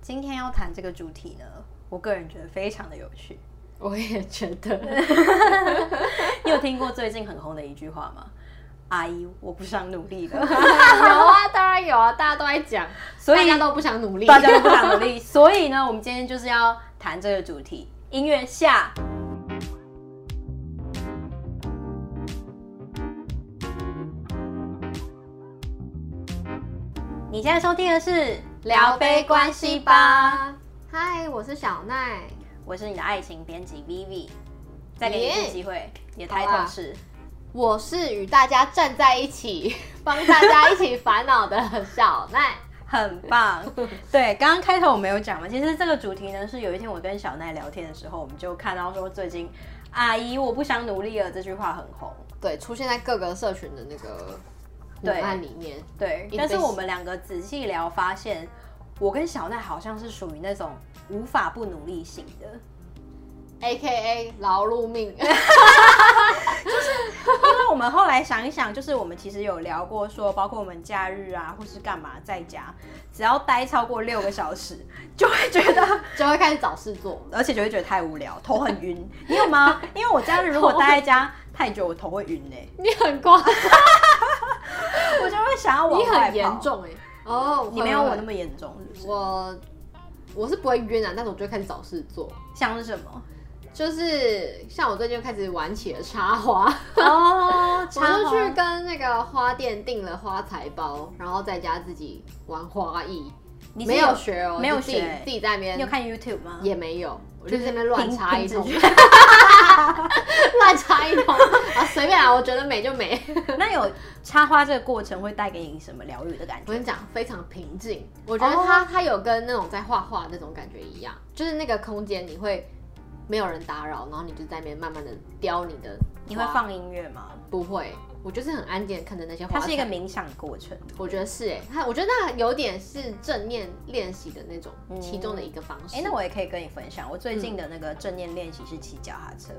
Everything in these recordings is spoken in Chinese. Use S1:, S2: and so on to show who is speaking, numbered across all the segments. S1: 今天要谈这个主题呢，我个人觉得非常的有趣。
S2: 我也觉得，
S1: 你有听过最近很红的一句话吗？阿姨，我不想努力 了，
S2: 有啊，当然有啊，大家都在讲，
S1: 所
S2: 大
S1: 以
S2: 家都不想努力。
S1: 大家都不想努力。 所以呢，我们今天就是要谈这个主题。音乐下，你现在收听的是《
S2: 聊杯关系》吧。嗨，我是小奈，
S1: 我是你的爱情编辑 Vivi，再给你一次
S2: 耶
S1: 机会，你的 title
S2: 好啊
S1: 是
S2: 我是与大家站在一起， 帮大家一起烦恼的小奈。
S1: 很棒。对，刚刚开头我没有讲嘛，其实这个主题呢是有一天我跟小奈聊天的时候，我们就看到说最近“阿姨我不想努力了”这句话很红。
S2: 对，出现在各个社群的那个
S1: 对
S2: 文案里面。
S1: 对，
S2: 一
S1: 但是
S2: 辈子
S1: 我们两个仔细聊发现，我跟小奈好像是属于那种无法不努力型的，
S2: A K A 劳碌命，
S1: 因为我们后来想一想，就是我们其实有聊过说，包括我们假日啊或是干嘛在家，只要待超过六个小时，就会觉得
S2: 就会开始找事做。
S1: 而且就会觉得太无聊，头很晕。你有 吗？因为我假日如果待在家太久，我头会晕呢、
S2: 你很夸张，
S1: 我就会想要往
S2: 你
S1: 外跑
S2: 很严，重哎、哦，
S1: 你没有
S2: 会
S1: 我那么严重，是不是？
S2: 我我是不会晕啊，但是我就会开始找事做，
S1: 像是什么？
S2: 就是像我最近就开始玩起了插 花，
S1: 哦，
S2: 我就去跟那个花店订了花材包，然后在家自己玩花艺，
S1: 你是
S2: 没有学哦，
S1: 没有
S2: 就自己
S1: 学
S2: 自己在那
S1: 你有
S2: 边
S1: 看 YouTube 吗？
S2: 也没有，我就在那边乱
S1: 凭
S2: 插一
S1: 凭
S2: 通
S1: 直，觉
S2: 乱插一通啊，随便啊，我觉得美就美。
S1: 那有插花这个过程会带给你什么疗愈的感
S2: 我
S1: 觉？
S2: 跟你讲，非常平静。我觉得它
S1: 哦
S2: 它有跟那种在画画那种感觉一样，就是那个空间你会没有人打扰，然后你就在那边慢慢的雕你的花。
S1: 你会放音乐吗？
S2: 不会？我就是很安静的看着那些花。
S1: 它是一个，冥想过程。
S2: 我觉得是哎、它我觉得那有点是正念练习的那种其中的一个方式。
S1: 哎、嗯那我也可以跟你分享，我最近的那个正念练习是骑脚踏车，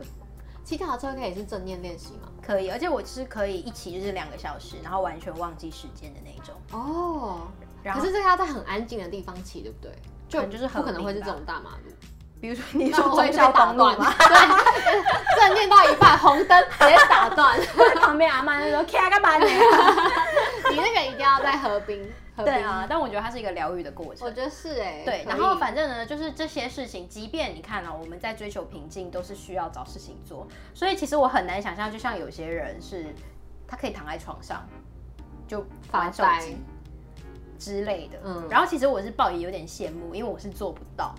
S2: 骑脚踏车可以是正念练习吗？
S1: 可以，而且我是可以一骑就是两个小时，然后完全忘记时间的那种。
S2: 哦，
S1: 然
S2: 可
S1: 后
S2: 是这个要在很安静的地方骑，对不对？
S1: 可能就是
S2: 不可
S1: 很
S2: 能会是
S1: 明
S2: 这
S1: 吧
S2: 种大马路。
S1: 比如说 你
S2: 那
S1: 说
S2: 我会
S1: 中
S2: 被
S1: 校
S2: 打
S1: 东路
S2: 断，
S1: 吗？
S2: 对，正念到一半，红灯直接打断。
S1: 旁边阿妈就说 “K 啊干嘛呢
S2: 你那个一定要在河滨，河”？滨
S1: 对啊，，但我觉得它是一个疗愈的过
S2: 我
S1: 程。
S2: 觉得是哎、
S1: 对，
S2: 可
S1: 然
S2: 以
S1: 后反正呢，就是这些事情，即便你看了、我们在追求平静，都是需要找事情做。所以其实我很难想象，就像有些人是，他可以躺在床上就玩手
S2: 发呆
S1: 机之类的。嗯
S2: 嗯，
S1: 然后其实我是抱以有点羡慕，因为我是做不到。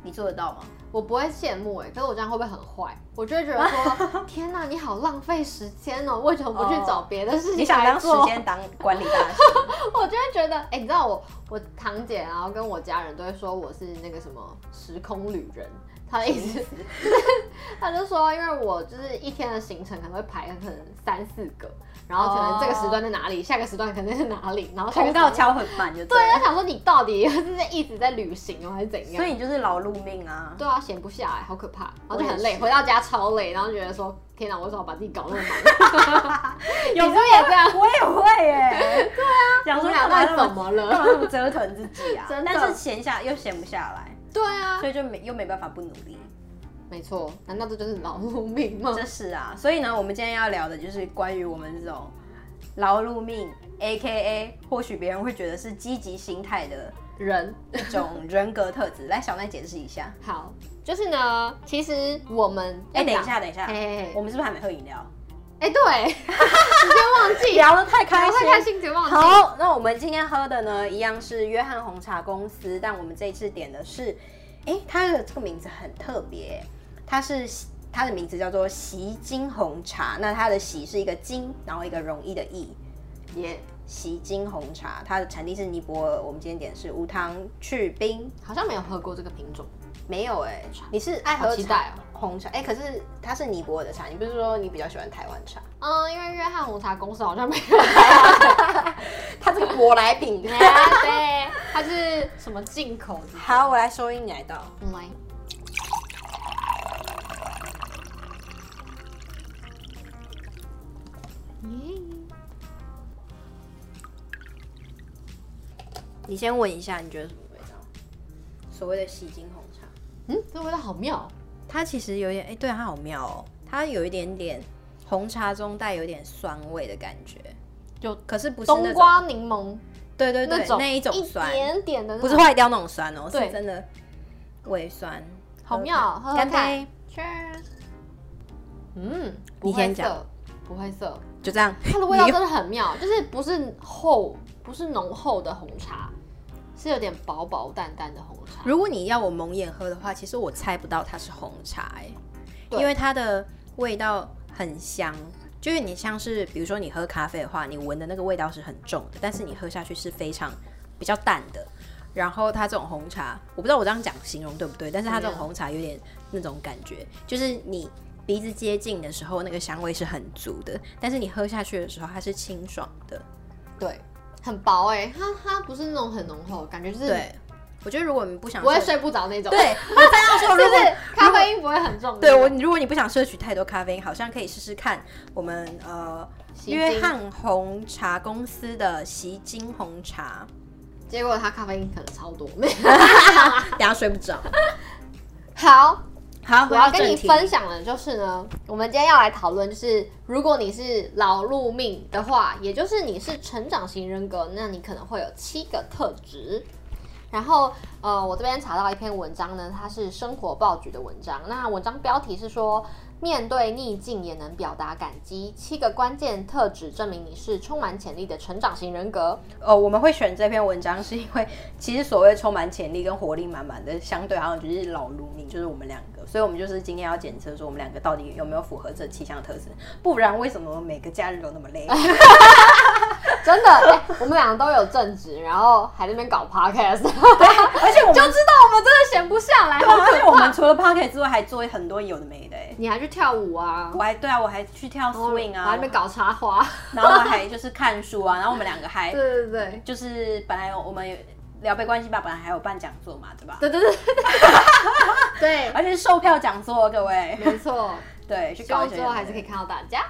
S1: 你做得到吗？
S2: 我不会羡慕哎、可是我这样会不会很坏？我就会觉得 说，天哪，你好浪费时间哦，为什么不去找别的事
S1: 你
S2: 情
S1: 想
S2: 来
S1: 当时
S2: 做？
S1: 间当管理 大师？
S2: 我就会觉得，哎、你知道我我堂姐，然后跟我家人都会说我是那个什么时空旅人。她的意思， 她就说，因为我就是一天的行程可能会排可能三四个，然后可能这个时段在哪里，下个时段可能在哪里，然后下个
S1: 通
S2: 时
S1: 告
S2: 段
S1: 敲很慢就对
S2: 对，他
S1: 了。
S2: 想说你到底 是在一直在旅行哦，还是怎
S1: 所
S2: 样？
S1: 以你就是劳碌命啊。
S2: 对啊，闲不下来，好可怕，然后
S1: 我
S2: 就
S1: 也
S2: 很
S1: 是
S2: 累，回到家超累，然后觉得说天哪，我为什么把自己搞那么忙？
S1: 有
S2: 你是不是也这样
S1: 我也会耶。对啊，想
S2: 我
S1: 说
S2: 们俩
S1: 干嘛
S2: 到
S1: 那
S2: 底怎
S1: 么干
S2: 么
S1: 嘛
S2: 了？？
S1: 那么折腾自己啊
S2: 真的
S1: 但是闲下又闲不下来，
S2: 对啊，
S1: 所以就没又没办法不努力。
S2: 没错，难道这就是劳碌 命吗？
S1: 这是啊，所以呢，我们今天要聊的就是关于我们这种劳碌命，A K A 或许别人会觉得是积极心态的
S2: 人
S1: 一种人格特质。来，小奈解释一下。
S2: 好，就是呢，其实我们
S1: 哎、
S2: 要
S1: 等一
S2: 讲，
S1: 下，等一下，
S2: 嘿嘿嘿
S1: 我们是不是还没喝饮料？
S2: 哎，对， 直接忘记，
S1: 聊得太开
S2: 太
S1: 心，
S2: 开心，直接忘记。
S1: 好，那我们今天喝的呢，一样是约翰红茶公司，但我们这一次点的是，哎、它的这个名字很特别，它是它的名字叫做席金红茶。那它的席是一个金，然后一个容易的易，
S2: 也
S1: 席金红茶，它的产地是尼泊尔。我们今天点的是无糖去冰，
S2: 好像没有喝过这个品种，
S1: 没有哎、你是爱喝
S2: 好期待
S1: 茶红茶哎、诶可是它是尼泊尔的茶，你不是说你比较喜欢台湾 茶？
S2: 嗯，因为约翰红茶公司好像没 有。
S1: 它这个舶来品。
S2: 啊对，它是什么进口的？
S1: 好，我来收音，你来倒。
S2: 来，耶，
S1: 你先闻一下，你觉得什么味道？所谓的洗精红茶。
S2: 嗯，这味道好妙，
S1: 它其实有点，哎、对，它好妙哦，它有一点点红茶中带有点酸味的感觉，
S2: 就
S1: 可是不是那
S2: 冬
S1: 种，
S2: 瓜柠檬
S1: 对对对
S2: 那，种
S1: 那一种酸，
S2: 一点点的那
S1: 不
S2: 种，
S1: 是坏掉那种酸哦，是
S2: 对
S1: 真的微酸，
S2: 好
S1: 喝
S2: 妙
S1: 看
S2: 喝喝
S1: 干
S2: 看
S1: 杯，
S2: Cheers。嗯，
S1: 你
S2: 不会
S1: 先讲
S2: 涩，不会涩，
S1: 就这样。
S2: 它的味道真的很妙，就是不是厚，不是浓厚的红茶，是有点薄薄淡淡的红茶。
S1: 如果你要我蒙眼喝的话，其实我猜不到它是红茶、欸，
S2: 对
S1: 因为它的味道很香，就是你像是比如说你喝咖啡的话，你闻的那个味道是很重的，但是你喝下去是非常比较淡的。然后它这种红茶，我不知道我这样讲形容对不对，但是它这种
S2: 嗯
S1: 红茶有点那种感觉，就是你鼻子接近的时候，那个香味是很足的，但是你喝下去的时候，它是清爽的。
S2: 对，很薄哎、它它不是那种很浓厚，感觉就是
S1: 对，我觉得如果你不想
S2: 不会
S1: 摄
S2: 睡不着那种。
S1: 对，我这样说，
S2: 就
S1: 如果
S2: 是咖啡因不会很重。
S1: 对我，
S2: 那种
S1: 如果你不想摄取太多咖啡因，好像可以试试看我们呃
S2: 吸精
S1: 约翰红茶公司的洗精红茶，
S2: 结果它咖啡因可能超多。
S1: 等下睡不着。
S2: 好，
S1: 好，
S2: 我
S1: 回
S2: 要
S1: 到
S2: 跟
S1: 正
S2: 你
S1: 题。
S2: 分享的就是呢，我们今天要来讨论，就是如果你是老路命的话，也就是你是成长型人格，那你可能会有七个特质。然后，呃，我这边查到一篇文章呢，它是生活报局的文章。那文章标题是说，面对逆境也能表达感激，七个关键特质证明你是充满潜力的成长型人格。
S1: 哦，我们会选这篇文章是因为，其实所谓充满潜力跟活力满满的，相对好像就是老卢命，就是我们两个，所以我们就是今天要检测说我们两个到底有没有符合这七项特质，不然为什么每个假日都那么累？
S2: 真的，哎、我们两个都有正职，然后还在那边搞 podcast，
S1: 而且我
S2: 就
S1: 们
S2: 知道我们真的闲不下来，
S1: 对啊，而且我们除了 p o c k e t 之外，还做很多有的没的、欸。
S2: 你还去跳舞啊？
S1: 我还对啊，我还去跳 swing
S2: 然
S1: 啊，
S2: 后还没搞插花。
S1: 然后我还就是看书啊，然后我们两个还
S2: 对对对，
S1: 就是本来我们有聊杯关系吧，本来还有办讲座嘛，对吧？
S2: 对对对对，
S1: 而且是售票讲座哦，各位，
S2: 没错。
S1: 对，去
S2: 希
S1: 搞
S2: 望
S1: 一些
S2: 之后还是可以看到大家。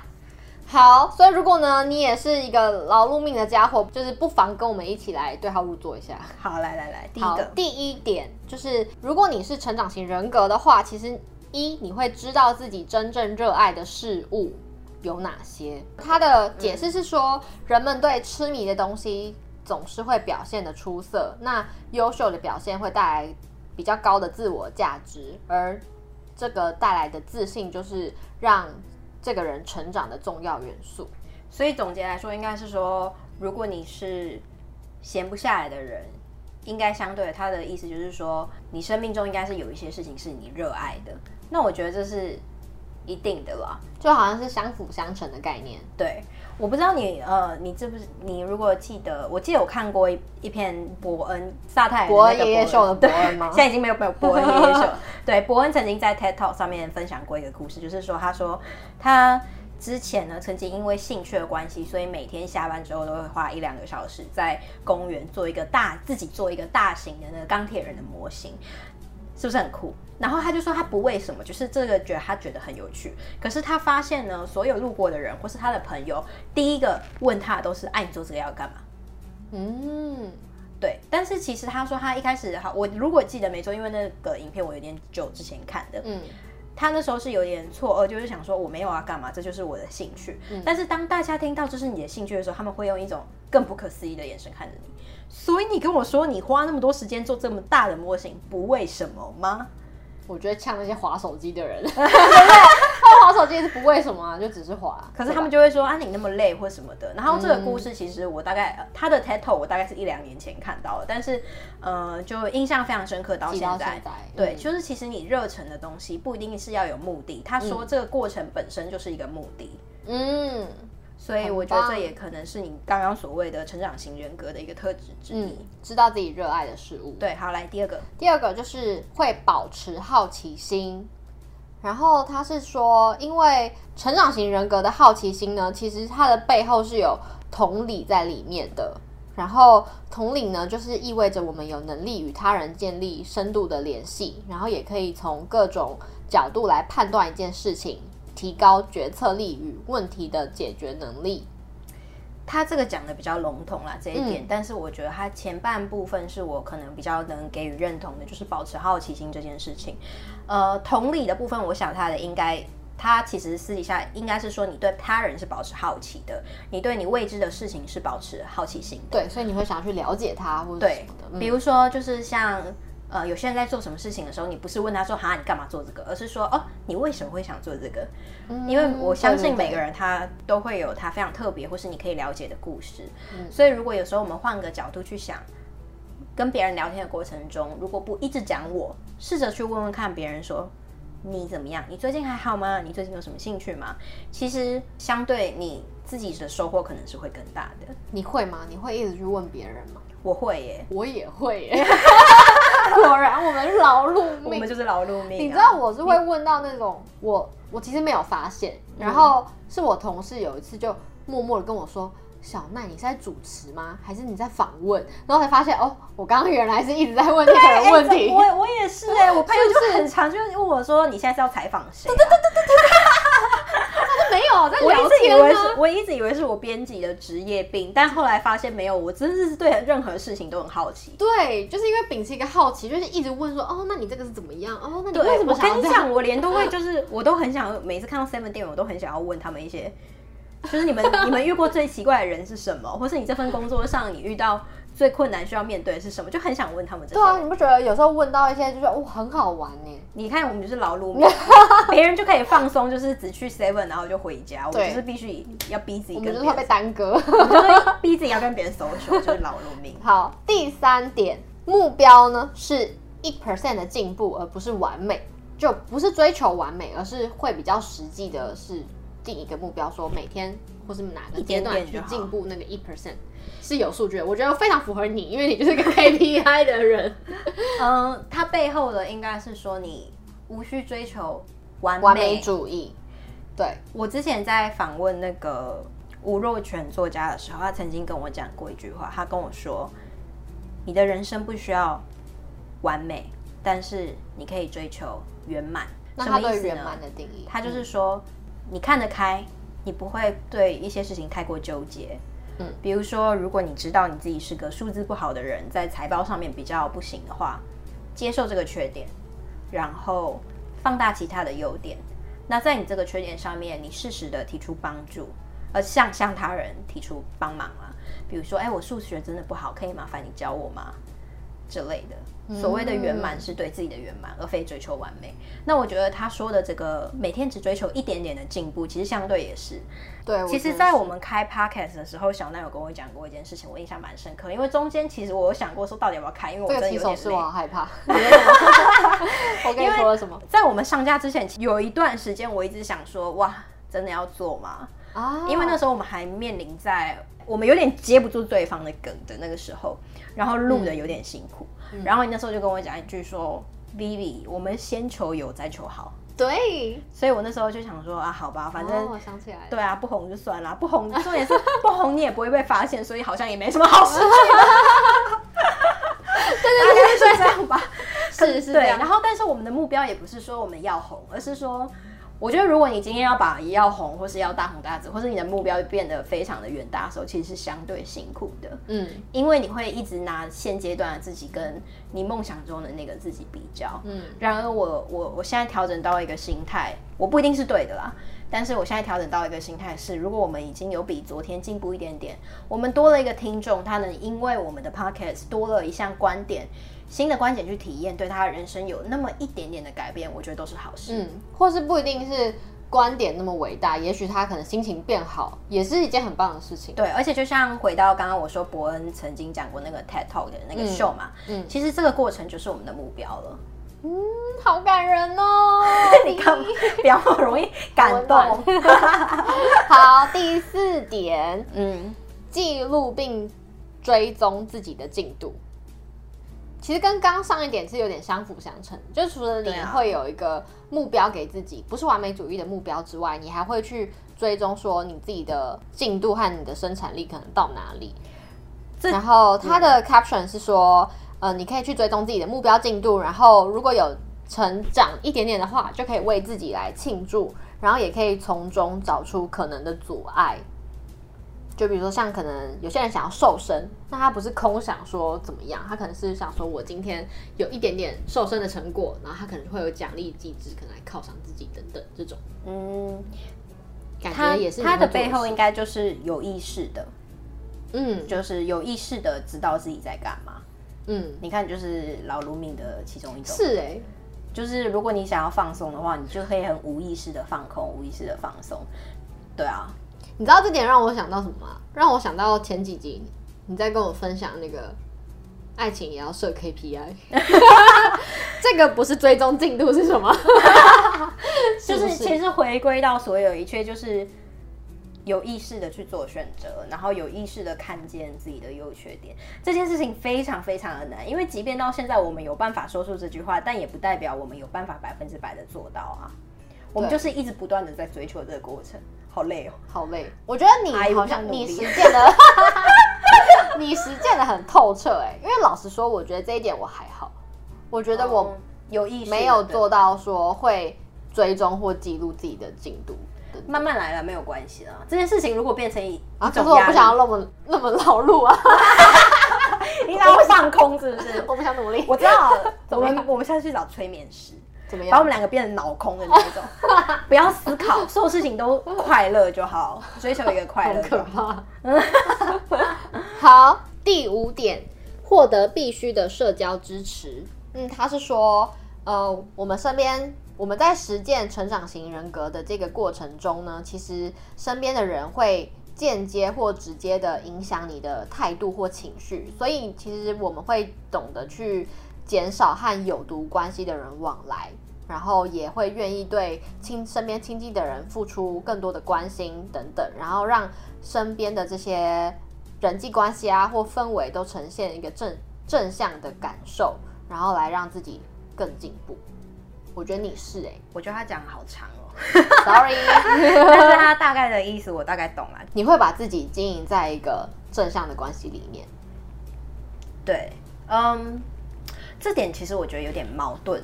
S2: 好，所以如果呢，你也是一个劳碌命的家伙，就是不妨跟我们一起来对号入座一下。
S1: 好，来来来，第一
S2: 好，
S1: 个，
S2: 第一点就是，如果你是成长型人格的话，其实一你会知道自己真正热爱的事物有哪些。它的解释是说，人们对痴迷的东西总是会表现的出色，那优秀的表现会带来比较高的自我价值，而这个带来的自信就是让这个人成长的重要元素。
S1: 所以总结来说，应该是说，如果你是闲不下来的人，应该相对的他的意思就是说，你生命中应该是有一些事情是你热爱的。那我觉得这是一定的啦，
S2: 就好像是相辅相成的概念，
S1: 对，我不知道你呃，你知不知？你如果记得，我记得我看过一一篇伯恩萨泰尔的
S2: 伯 恩
S1: 那个
S2: 爷爷秀的伯
S1: 对
S2: 恩吗
S1: 现在已经没有没有伯恩爷爷秀了。对，伯恩曾经在 TED Talk 上面分享过一个故事，就是说他说他之前呢曾经因为兴趣的关系，所以每天下班之后都会花一两个小时在公园做一个大自己做一个大型的那个钢铁人的模型。是不是很酷？然后他就说他不为什么，就是这个觉得他觉得很有趣。可是他发现呢，所有路过的人或是他的朋友，第一个问他的都是：哎、你做这个要干嘛？
S2: 嗯，
S1: 对，但是其实他说他一开始好，我如果记得没错，因为那个影片我有点久之前看的，
S2: 嗯，
S1: 他那时候是有点错愕，就是想说我没有要干嘛，这就是我的兴趣。但是当大家听到这是你的兴趣的时候，他们会用一种更不可思议的眼神看着你。所以你跟我说你花那么多时间做这么大的模型，不为什么吗？
S2: 我觉得呛那些划手机 的人， 对不对他们划手机也是不为什么啊，就只是划。
S1: 可是他们
S2: 就
S1: 就会说啊，你那么累或什么的。然后这个
S2: 嗯
S1: 故事其实我大概、呃他的 title 我大概是一两年前看到的，但是呃就印象非常深刻到
S2: 记
S1: 现
S2: 到
S1: 在。
S2: 现在
S1: 对，
S2: 嗯
S1: 就是其实你热忱的东西不一定是要有目的。他说这个过程本身就是一个目的，
S2: 嗯
S1: 所以
S2: 很
S1: 我觉得
S2: 棒
S1: 这也可能是你刚刚所谓的成长型人格的一个特质之一。
S2: 嗯，知道自己热爱的事物。
S1: 对，好，来第二个，
S2: 第二个就是会保持好奇心。然后他是说，因为成长型人格的好奇心呢，其实它的背后是有同理在里面的。然后同理呢，就是意味着我们有能力与他人建立深度的联系，然后也可以从各种角度来判断一件事情，提高决策力与问题的解决能力。
S1: 他这个讲的比较笼统啦这一点，但是我觉得他前半部分是我可能比较能给予认同的，就是保持好奇心这件事情。呃，同理的部分，我想他的应该。他其实私底下应该是说，你对他人是保持好奇的，你对你未知的事情是保持好奇心的。
S2: 对，所以你会想要去了解他或者什
S1: 对
S2: 么的，，嗯
S1: 比如说就是像呃，有些人在做什么事情的时候，你不是问他说哈你干嘛做这个，而是说哦你为什么会想做这个？因为我相信每个人他都会有他非常特别或是你可以了解的故事，所以如果有时候我们换个角度去想。跟别人聊天的过程中，如果不一直讲我，试着去问问看别人说你怎么样？你最近还好吗？你最近有什么兴趣吗？其实相对你自己的收获可能是会更大的。
S2: 你会吗？你会一直去问别人吗？
S1: 我会耶，
S2: 我也会 耶，果然我们劳碌
S1: 我
S2: 命
S1: 们。就是劳碌命啊、
S2: 你知道我是会问到那种我我其实没有发现，然后是我同事有一次就默默的跟我说：“小奈，你是在主持吗？还是你在访问？”然后才发现哦，我刚刚原来是一直在问 这个人
S1: 哎
S2: 问
S1: 这
S2: 题。
S1: 我我也是哎、我朋友就很常就问我说：“你现在是要采访谁啊、
S2: 没有在
S1: 我一
S2: 聊
S1: 直以
S2: 天
S1: 为
S2: 啊
S1: 是，我一直以为是我编辑的职业病，但后来发现没有，我真的是对任何事情都很好奇。
S2: 对，就是因为秉持一个好奇，就是一直问说：“哦，那你这个是怎么样？哦，那你
S1: 对，
S2: 为什么
S1: 我
S2: 想要
S1: 跟你
S2: 这样
S1: 讲，我连都会就是，我都很想每次看到 Seven 店员，我都很想要问他们一些，就是 你们你们遇过最奇怪的人是什么，或是你这份工作上你遇到最困难需要面对的是什么，就很想问他们这些
S2: 对。啊，你不觉得有时候问到一些就是哇很好玩欸呢？
S1: 你看，我们就是劳碌 命，别人就可以放松，就是只去 Seven 然后就回家，我
S2: 对
S1: 就是必须要逼自己
S2: 我
S1: 跟别
S2: 们就是
S1: 人
S2: 会被耽搁。。
S1: 就是逼自己要跟别人 social，就是劳碌命
S2: 好，第三点目标呢是一 percent 的进步，而不是完美，就不是追求完美，而是会比较实际的是定一个目标，说每天或是哪个
S1: 一
S2: 阶
S1: 点点
S2: 段去
S1: 就好
S2: 进步那个一 percent。是有数据的，我觉得非常符合你，因为你就是 个 KPI 的人。
S1: 嗯，它背后的应该是说你无需追求完美。
S2: 完美主义，对，
S1: 我之前在访问那个吴若权作家的时候，他曾经跟我讲过一句话，他跟我说：“你的人生不需要完美，但是你可以追求圆满。”
S2: 那
S1: 什
S2: 他
S1: 么意
S2: 对
S1: 思
S2: 圆
S1: 呢
S2: 满的定义，
S1: 他就是说，你看得开，你不会对一些事情太过纠结。
S2: 嗯
S1: 嗯，比如说，如果你知道你自己是个数字不好的人，在财报上面比较不行的话，接受这个缺点，然后放大其他的优点。那在你这个缺点上面，你适时的提出帮助，呃，向向他人提出帮忙啊。比如说，哎，我数学真的不好，可以麻烦你教我吗？之类的。所谓的圆满是对自己的圆满，而非追求完美。那我觉得他说的这个每天只追求一点点的进步，其实相对也是。
S2: 对，
S1: 其
S2: 觉
S1: 实，
S2: 得
S1: 在
S2: 是
S1: 我们开 podcast 的时候，小奈有跟我讲过一件事情，我印象蛮深刻。因为中间其实我有想过说到底要不要开，因为我
S2: 这
S1: 真
S2: 个
S1: 的有
S2: 起手
S1: 点
S2: 是
S1: 累
S2: 我。好害怕。我跟你说了什么
S1: 在我们上架之前，有一段时间我一直想说，哇，真的要做吗？
S2: 啊？
S1: 因为那时候我们还面临在我们有点接不住对方的梗的那个时候，然后录的有点辛苦。然后你那时候就跟我讲一句说：“Vivi，我们先求有再求好。
S2: 对，”
S1: 所以我那时候就想说啊，好吧，反
S2: 哦，
S1: 正、
S2: 我想起来了，
S1: 对啊，不红就算了，不红重点是不红你也不会被发现，所以好像也没什么好失去的。 对对对，就这样 吧。
S2: 是是这
S1: 对，
S2: 样
S1: 然后但是我们的目标也不是说我们要红，而是说，我觉得如果你今天要把要红，或是要大红大紫，或是你的目标变得非常的远大的时候，其实是相对辛苦的，
S2: 嗯
S1: 因为你会一直拿现阶段的自己跟你梦想中的那个自己比较。
S2: 嗯，
S1: 然而我我我现在调整到一个心态，我不一定是对的啦，但是我现在调整到一个心态是，如果我们已经有比昨天进步一点点，我们多了一个听众，他能因为我们的 podcast 多了一项观点。新的观点去体验，对他的人生有那么一点点的改变，我觉得都是好事。
S2: 嗯，或是不一定是观点那么伟大，也许他可能心情变好，也是一件很棒的事情。
S1: 对，而且就像回到刚刚我说，伯恩曾经讲过那个 TED Talk 的那个秀嘛，
S2: 嗯
S1: 其实这个过程就是我们的目标了。
S2: 嗯，好感人哦！
S1: 你 干嘛不要那么容易感动？
S2: 好，第四点，
S1: 嗯，
S2: 记录并追踪自己的进度。其实跟刚刚上一点是有点相辅相成，就除了你
S1: 对啊
S2: 会有一个目标给自己，不是完美主义的目标之外，你还会去追踪说你自己的进度和你的生产力可能到哪里。
S1: 这啊
S2: 然后它的 caption 是说，呃，你可以去追踪自己的目标进度，然后如果有成长一点点的话，就可以为自己来庆祝，然后也可以从中找出可能的阻碍。就比如说像可能有些人想要瘦身，那他不是空想说怎么样，他可能是想说我今天有一点点瘦身的成果，然后他可能会有奖励机制，可能来犒赏自己等等这种
S1: 嗯，
S2: 感
S1: 他
S2: 觉也是你
S1: 他的
S2: 会做
S1: 背后
S2: 事
S1: 应该就是有意识的，
S2: 嗯
S1: 就是有意识的知道自己在干嘛。
S2: 嗯
S1: 你看，就是劳碌命的其中一种。
S2: 是哎、
S1: 就是如果你想要放松的话，你就可以很无意识的放空，无意识的放松。对啊，
S2: 你知道这点让我想到什么吗？让我想到前几集你在跟我分享那个爱情也要设 KPI，这个不是追踪进度是什么？
S1: 就是
S2: 不
S1: 是其实回归到所有一切，就是有意识的去做选择，然后有意识的看见自己的优缺点。这件事情非常非常的难，因为即便到现在我们有办法说出这句话，但也不代表我们有办法百分之百的做到啊。我们就是一直不断的在追求这个过程，好累哦。
S2: 好累，我觉得
S1: 哎
S2: 你
S1: 我
S2: 好
S1: 不想
S2: 像
S1: 努力
S2: 你实践的， 你实践的很透彻哎、因为老实说，我觉得这一点我还好，我觉得我
S1: 有意识
S2: 没有
S1: 地
S2: 做到说会追踪或记录自己的进度的
S1: 慢慢来了，没有关系啦。这件事情如果变成一
S2: 啊，
S1: 一
S2: 可
S1: 种
S2: 是我
S1: 压
S2: 不
S1: 力
S2: 想要那么那么劳碌啊，
S1: 你想要放空是不是？
S2: 我不想努力，
S1: 我知道了，我
S2: 怎么样
S1: 们我们下次去找催眠师，
S2: 怎么
S1: 把我
S2: 样？
S1: 们两个变成脑空的那一 种，不要思考，所有事情都快乐就好，追求一个快乐
S2: 很
S1: 就
S2: 可
S1: 好。
S2: 怕。 好，第五点，获得必须的社交支持。嗯，他是说，呃，我们身边我们在实践成长型人格的这个过程中呢，其实身边的人会间接或直接的影响你的态度或情绪，所以其实我们会懂得去减少和有毒关系的人往来。然后也会愿意对亲身边亲近的人付出更多的关心等等，然后让身边的这些人际关系啊或氛围都呈现一个正正向的感受，然后来让自己更进步。我觉得你是 哎、
S1: 我觉得他讲得好长 哦，
S2: s o r r y
S1: 但是他大概的意思我大概懂了。
S2: 你会把自己经营在一个正向的关系里面。
S1: 对，嗯，这点其实我觉得有点矛盾，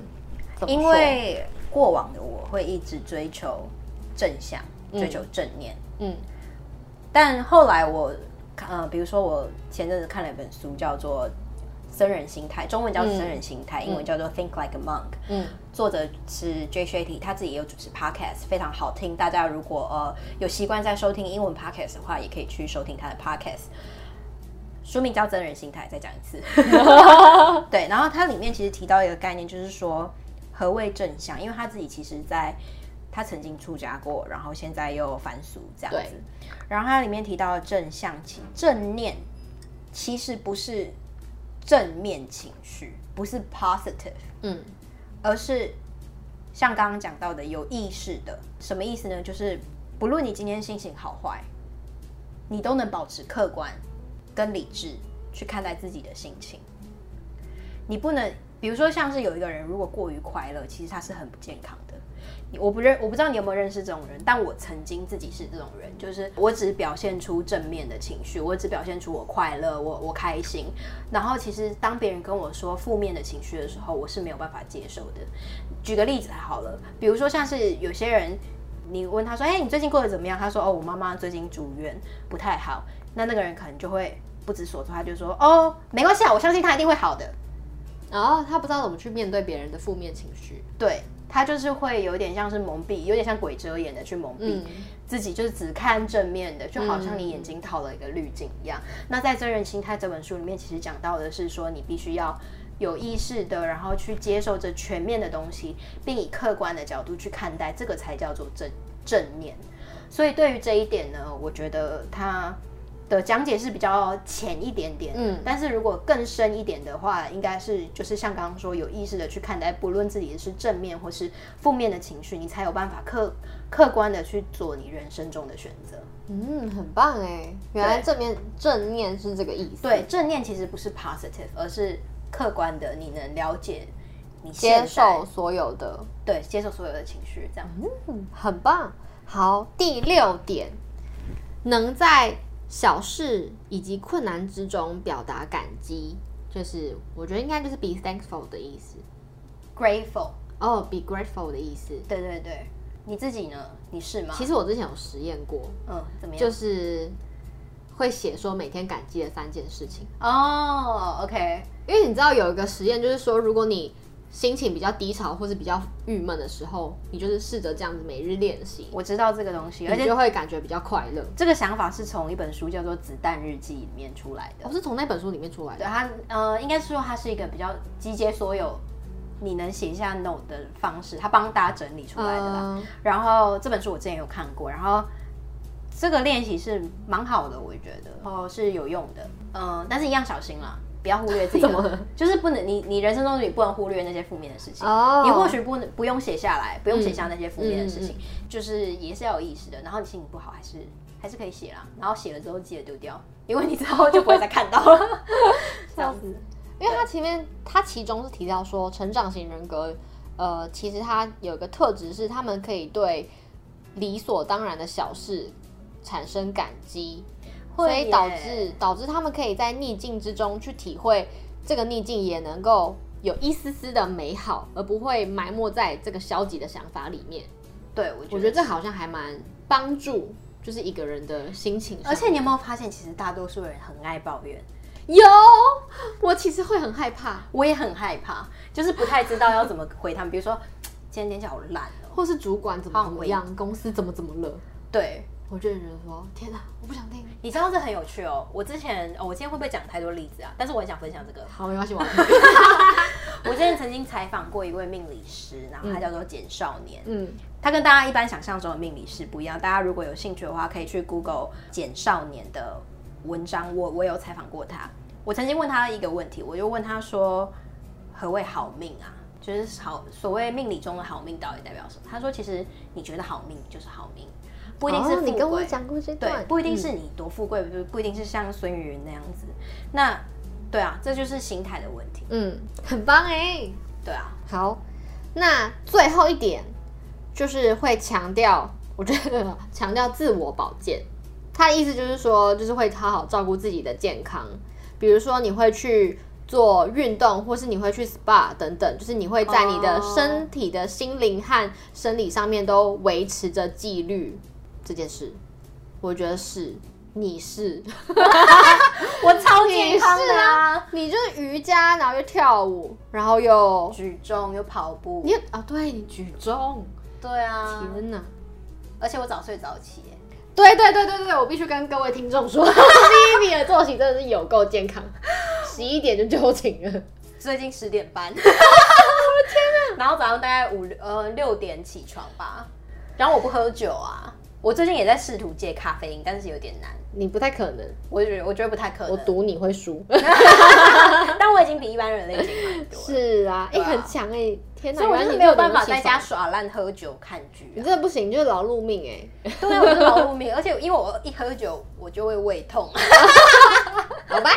S2: 怎么
S1: 因
S2: 说
S1: 为过往的我会一直追求正向，追求正念，
S2: 嗯
S1: 但后来我看，呃，比如说我前阵子看了一本书，叫做《僧人心态》，中文叫做《僧人心态》，英文叫做《Think Like a Monk》。
S2: 嗯
S1: 作者是 J Shetty，他自己也有主持 podcast，非常好听。大家如果呃有习惯在收听英文 podcast 的话，也可以去收听他的 podcast。书名叫《真人心态》，再讲一次。对，然后它里面其实提到一个概念，就是说何谓正向，因为他自己其实在他曾经出家过，然后现在又反俗这样子。然后它里面提到的正向情正念，其实不是正面情绪，不是 positive。
S2: 嗯
S1: 而是像刚刚讲到的有意识的，什么意思呢？就是不论你今天心情好坏，你都能保持客观跟理智去看待自己的心情。你不能，比如说像是有一个人如果过于快乐，其实他是很不健康的。你我不认，我不知道你有没有认识这种人，但我曾经自己是这种人，就是我只表现出正面的情绪，我只表现出我快乐，我我开心，然后其实当别人跟我说负面的情绪的时候，我是没有办法接受的。举个例子好了，比如说像是有些人，你问他说：“哎、你最近过得怎么样？”他说：“哦，我妈妈最近住院，不太好。”那那个人可能就会不知所措，他就说：“哦，没关系啊，我相信他一定会好的。”
S2: 然后他不知道怎么去面对别人的负面情绪。
S1: 对他就是会有点像是蒙蔽，有点像鬼遮眼的去蒙蔽、
S2: 嗯
S1: 自己，就是只看正面的，就好像你眼睛套了一个滤镜一样。那在《真人心态》这本书里面，其实讲到的是说，你必须要有意识的，然后去接受这全面的东西，并以客观的角度去看待，这个才叫做正正念。所以对于这一点呢，我觉得他的讲解是比较浅一点点，嗯，但是如果更深一点的话，应该是就是像刚刚说，有意识的去看待，不论自己是正面或是负面的情绪，你才有办法客客观的去做你人生中的选择。
S2: 嗯，很棒哎，原来正面正念是这个意思。
S1: 对，正念其实不是 positive，而是客观的，你能了解你现
S2: 接
S1: 在
S2: 受所有的，
S1: 对接受所有的情绪，这样
S2: 嗯，很棒。好，第六点，能在小事以及困难之中表达感激，就是我觉得应该就是 be thankful 的意思，
S1: grateful。
S2: 哦、b e grateful 的意思。
S1: 对对对，你自己呢？你是吗？
S2: 其实我之前有实验过，
S1: 嗯，怎么样？
S2: 就是会写说每天感激的三件事情，
S1: 哦，OK，
S2: 因为你知道有一个实验，就是说如果你心情比较低潮或是比较郁闷的时候，你就是试着这样子每日练习，
S1: 我知道这个东西，而
S2: 你
S1: 且
S2: 就会感觉比较快乐。
S1: 这个想法是从一本书叫做《子弹日记》里面出来的
S2: 哦我。是从那本书里面出来
S1: 对
S2: 的，
S1: 它，呃，应该是说它是一个比较集结所有你能写下 note 的方式，它帮大家整理出来的啦。
S2: 嗯
S1: 然后这本书我之前有看过，然后这个练习是蛮好的，我觉得哦是有用的，嗯，但是一样小心啦，不要忽略自己
S2: 怎么
S1: 的
S2: 了，
S1: 就是不能你你人生中你不能忽略那些负面的事情，
S2: 哦
S1: 你或许不能不用写下来，不用写下那些负面的事情，
S2: 嗯
S1: 就是也是要有意识的。然后你心情不好还是还是可以写啦，然后写了之后记得丢掉，因为你之后就不会再看到了。 这样子，
S2: 因为他前面他其中是提到说，成长型人格，呃，其实他有一个特质是他们可以对理所当然的小事产生感激，所
S1: 会
S2: 以
S1: 耶
S2: 导致导致他们可以在逆境之中去体会这个逆境也能够有一丝丝的美好，而不会埋没在这个消极的想法里面。
S1: 对我觉得
S2: 我觉得这好像还蛮帮助，就是一个人的心情上。
S1: 而且你有没有发现，其实大多数人很爱抱怨，
S2: 有，我其实会很害怕。
S1: 我也很害怕，就是不太知道要怎么回他们。比如说，今天天气好烂哦。
S2: 或是主管怎么怎
S1: 好
S2: 么
S1: 回
S2: 样，公司怎么怎么了，
S1: 对，
S2: 我就会觉得说，天哪，我不想听。
S1: 你知道这很有趣哦。我之前、哦我今天会不会讲太多例子啊？但是我很想分享这个。
S2: 好，没关系，我要听
S1: 我之前曾经采访过一位命理师，然后他叫做简少年。
S2: 嗯，
S1: 他跟大家一般想象中的命理师不一样。大家如果有兴趣的话，可以去 Google 简少年的文章。我我有采访过他，我曾经问他一个问题，我就问他说：“何谓好命啊？就是好所谓命理中的好命到底代表什么？”他说：“其实你觉得好命就是好命，不一定是
S2: 哦
S1: 富贵、
S2: 你跟我讲过这段
S1: 对，，不一定
S2: 嗯
S1: 是你多富贵，不、不一定是像孙芸芸那样子。那对啊，这就是心态的问题。
S2: 嗯，很棒哎、
S1: 对 啊，
S2: 好，那最后一点就是会强调，我觉得强调自我保健。他的意思就是说，就是会好好照顾自己的健康，比如说你会去做运动，或是你会去 SPA 等等，就是你会在你的
S1: 哦
S2: 身体的心灵和生理上面都维持着纪律这件事。我觉得是，你是。
S1: 我超
S2: 健
S1: 健
S2: 康
S1: 康
S2: 的
S1: 的啊，
S2: 你就是瑜伽，然后又跳舞，然后又
S1: 举重又跑步，
S2: 你啊、对你举重，
S1: 对啊，
S2: 天哪！
S1: 而且我早睡早起耶，
S2: 对对对对对，我必须跟各位听众说 ，Vivi 的作息真的是有够健康，十一点就就寝了。
S1: 最近十点 半，我的天哪！然后早上大概五呃六点起床吧，然后我不喝酒啊，我最近也在试图戒咖啡因，但是有点难，
S2: 你不太可能，
S1: 我觉得我觉得不太可能，
S2: 我赌你会输。
S1: 欸但我已经比一般人类已经蛮多了，
S2: 是啊，哎、
S1: 对啊
S2: 很强哎、天哪！
S1: 所以我就
S2: 原来
S1: 是
S2: 你
S1: 没有
S2: 六
S1: 办
S2: 点就
S1: 法
S2: 起
S1: 在家
S2: 床，
S1: 耍烂喝酒看剧
S2: 你
S1: 啊，
S2: 真的不行，你就是劳碌命哎、
S1: 对，啊我是老不明，而且因为我一喝酒我就会胃痛，
S2: 好吧，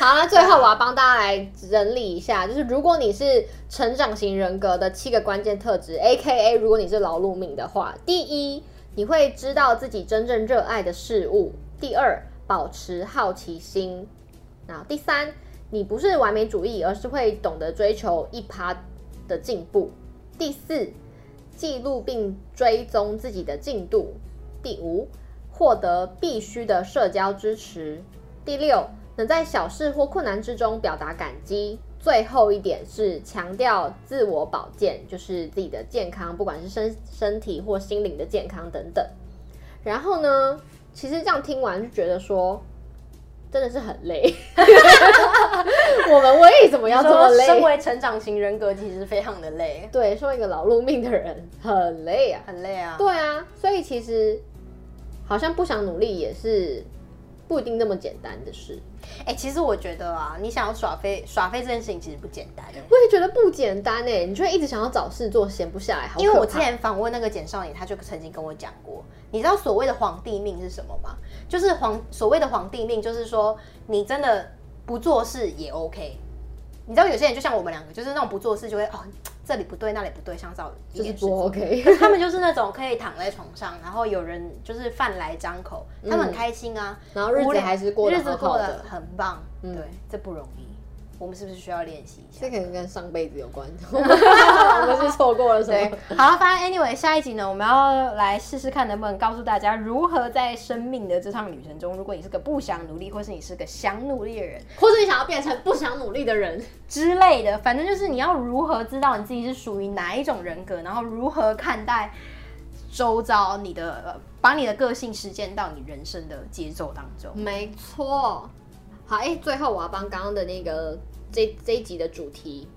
S2: 好，那最后我要帮大家来整理一下，就是如果你是成长型人格的七个关键特质，A K A，如果你是劳碌命的话，第一，你会知道自己真正热爱的事物；第二，保持好奇心；然后第三，你不是完美主义，而是会懂得追求一趴的进步；第四，记录并追踪自己的进度；第五，获得必须的社交支持；第六，能在小事或困难之中表达感激。最后一点是强调自我保健，就是自己的健康，不管是身身体或心灵的健康等等。然后呢，其实这样听完就觉得说，真的是很 累。我们为什么要这
S1: 说
S2: 么累？
S1: 身为成长型人格其实非常的累，
S2: 对，说一个劳碌命的人很累啊。
S1: 很累啊，
S2: 对啊，所以其实好像不想努力也是不一定那么简单的事。
S1: 哎、其实我觉得啊，你想要耍飞耍飞这件事情其实不简单耶，
S2: 我也觉得不简单哎、你就会一直想要找事做，闲不下来，好可怕
S1: 因为我之前访问那个简少年，他就曾经跟我讲过，你知道所谓的皇帝命是什么吗？就是皇所谓的皇帝命，就是说你真的不做事也 OK。你知道有些人就像我们两个，就是那种不做事就会哦，这里不对那里不对，像照一
S2: 就是
S1: 点事情
S2: 不 OK，
S1: 可是他们就是那种可以躺在床上，然后有人就是饭来张口，他们很开心啊，
S2: 然后日
S1: 无
S2: 子
S1: 聊
S2: 还是过得
S1: 日子
S2: 好好
S1: 过
S2: 的嗯
S1: 得很棒，对，这不容易。我们是不是需要练习一下
S2: 这？可能跟上辈子有 关， 我们是错过了什
S1: 对
S2: 么？，
S1: 好，反正 anyway，下一集呢，我们要来试试看能不能告诉大家如何在生命的这趟旅程中，如果你是个不想努力，或是你是个想努力的人
S2: 或者你想要变成不想努力的人，
S1: 之类的，反正就是你要如何知道你自己是属于哪一种人格，然后如何看待周遭你的，呃、把你的个性实践到你人生的节奏当中。
S2: 没错。好，哎、最后我要帮刚刚的那个这这一集的主题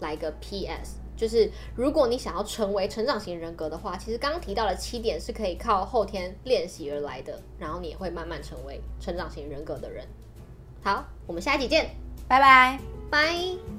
S2: 来个 P.S.，就是如果你想要成为成长型人格的话，其实刚刚提到的七点是可以靠后天练习而来的，然后你也会慢慢成为成长型人格的人。好，我们下一集见，
S1: 拜拜。
S2: 拜。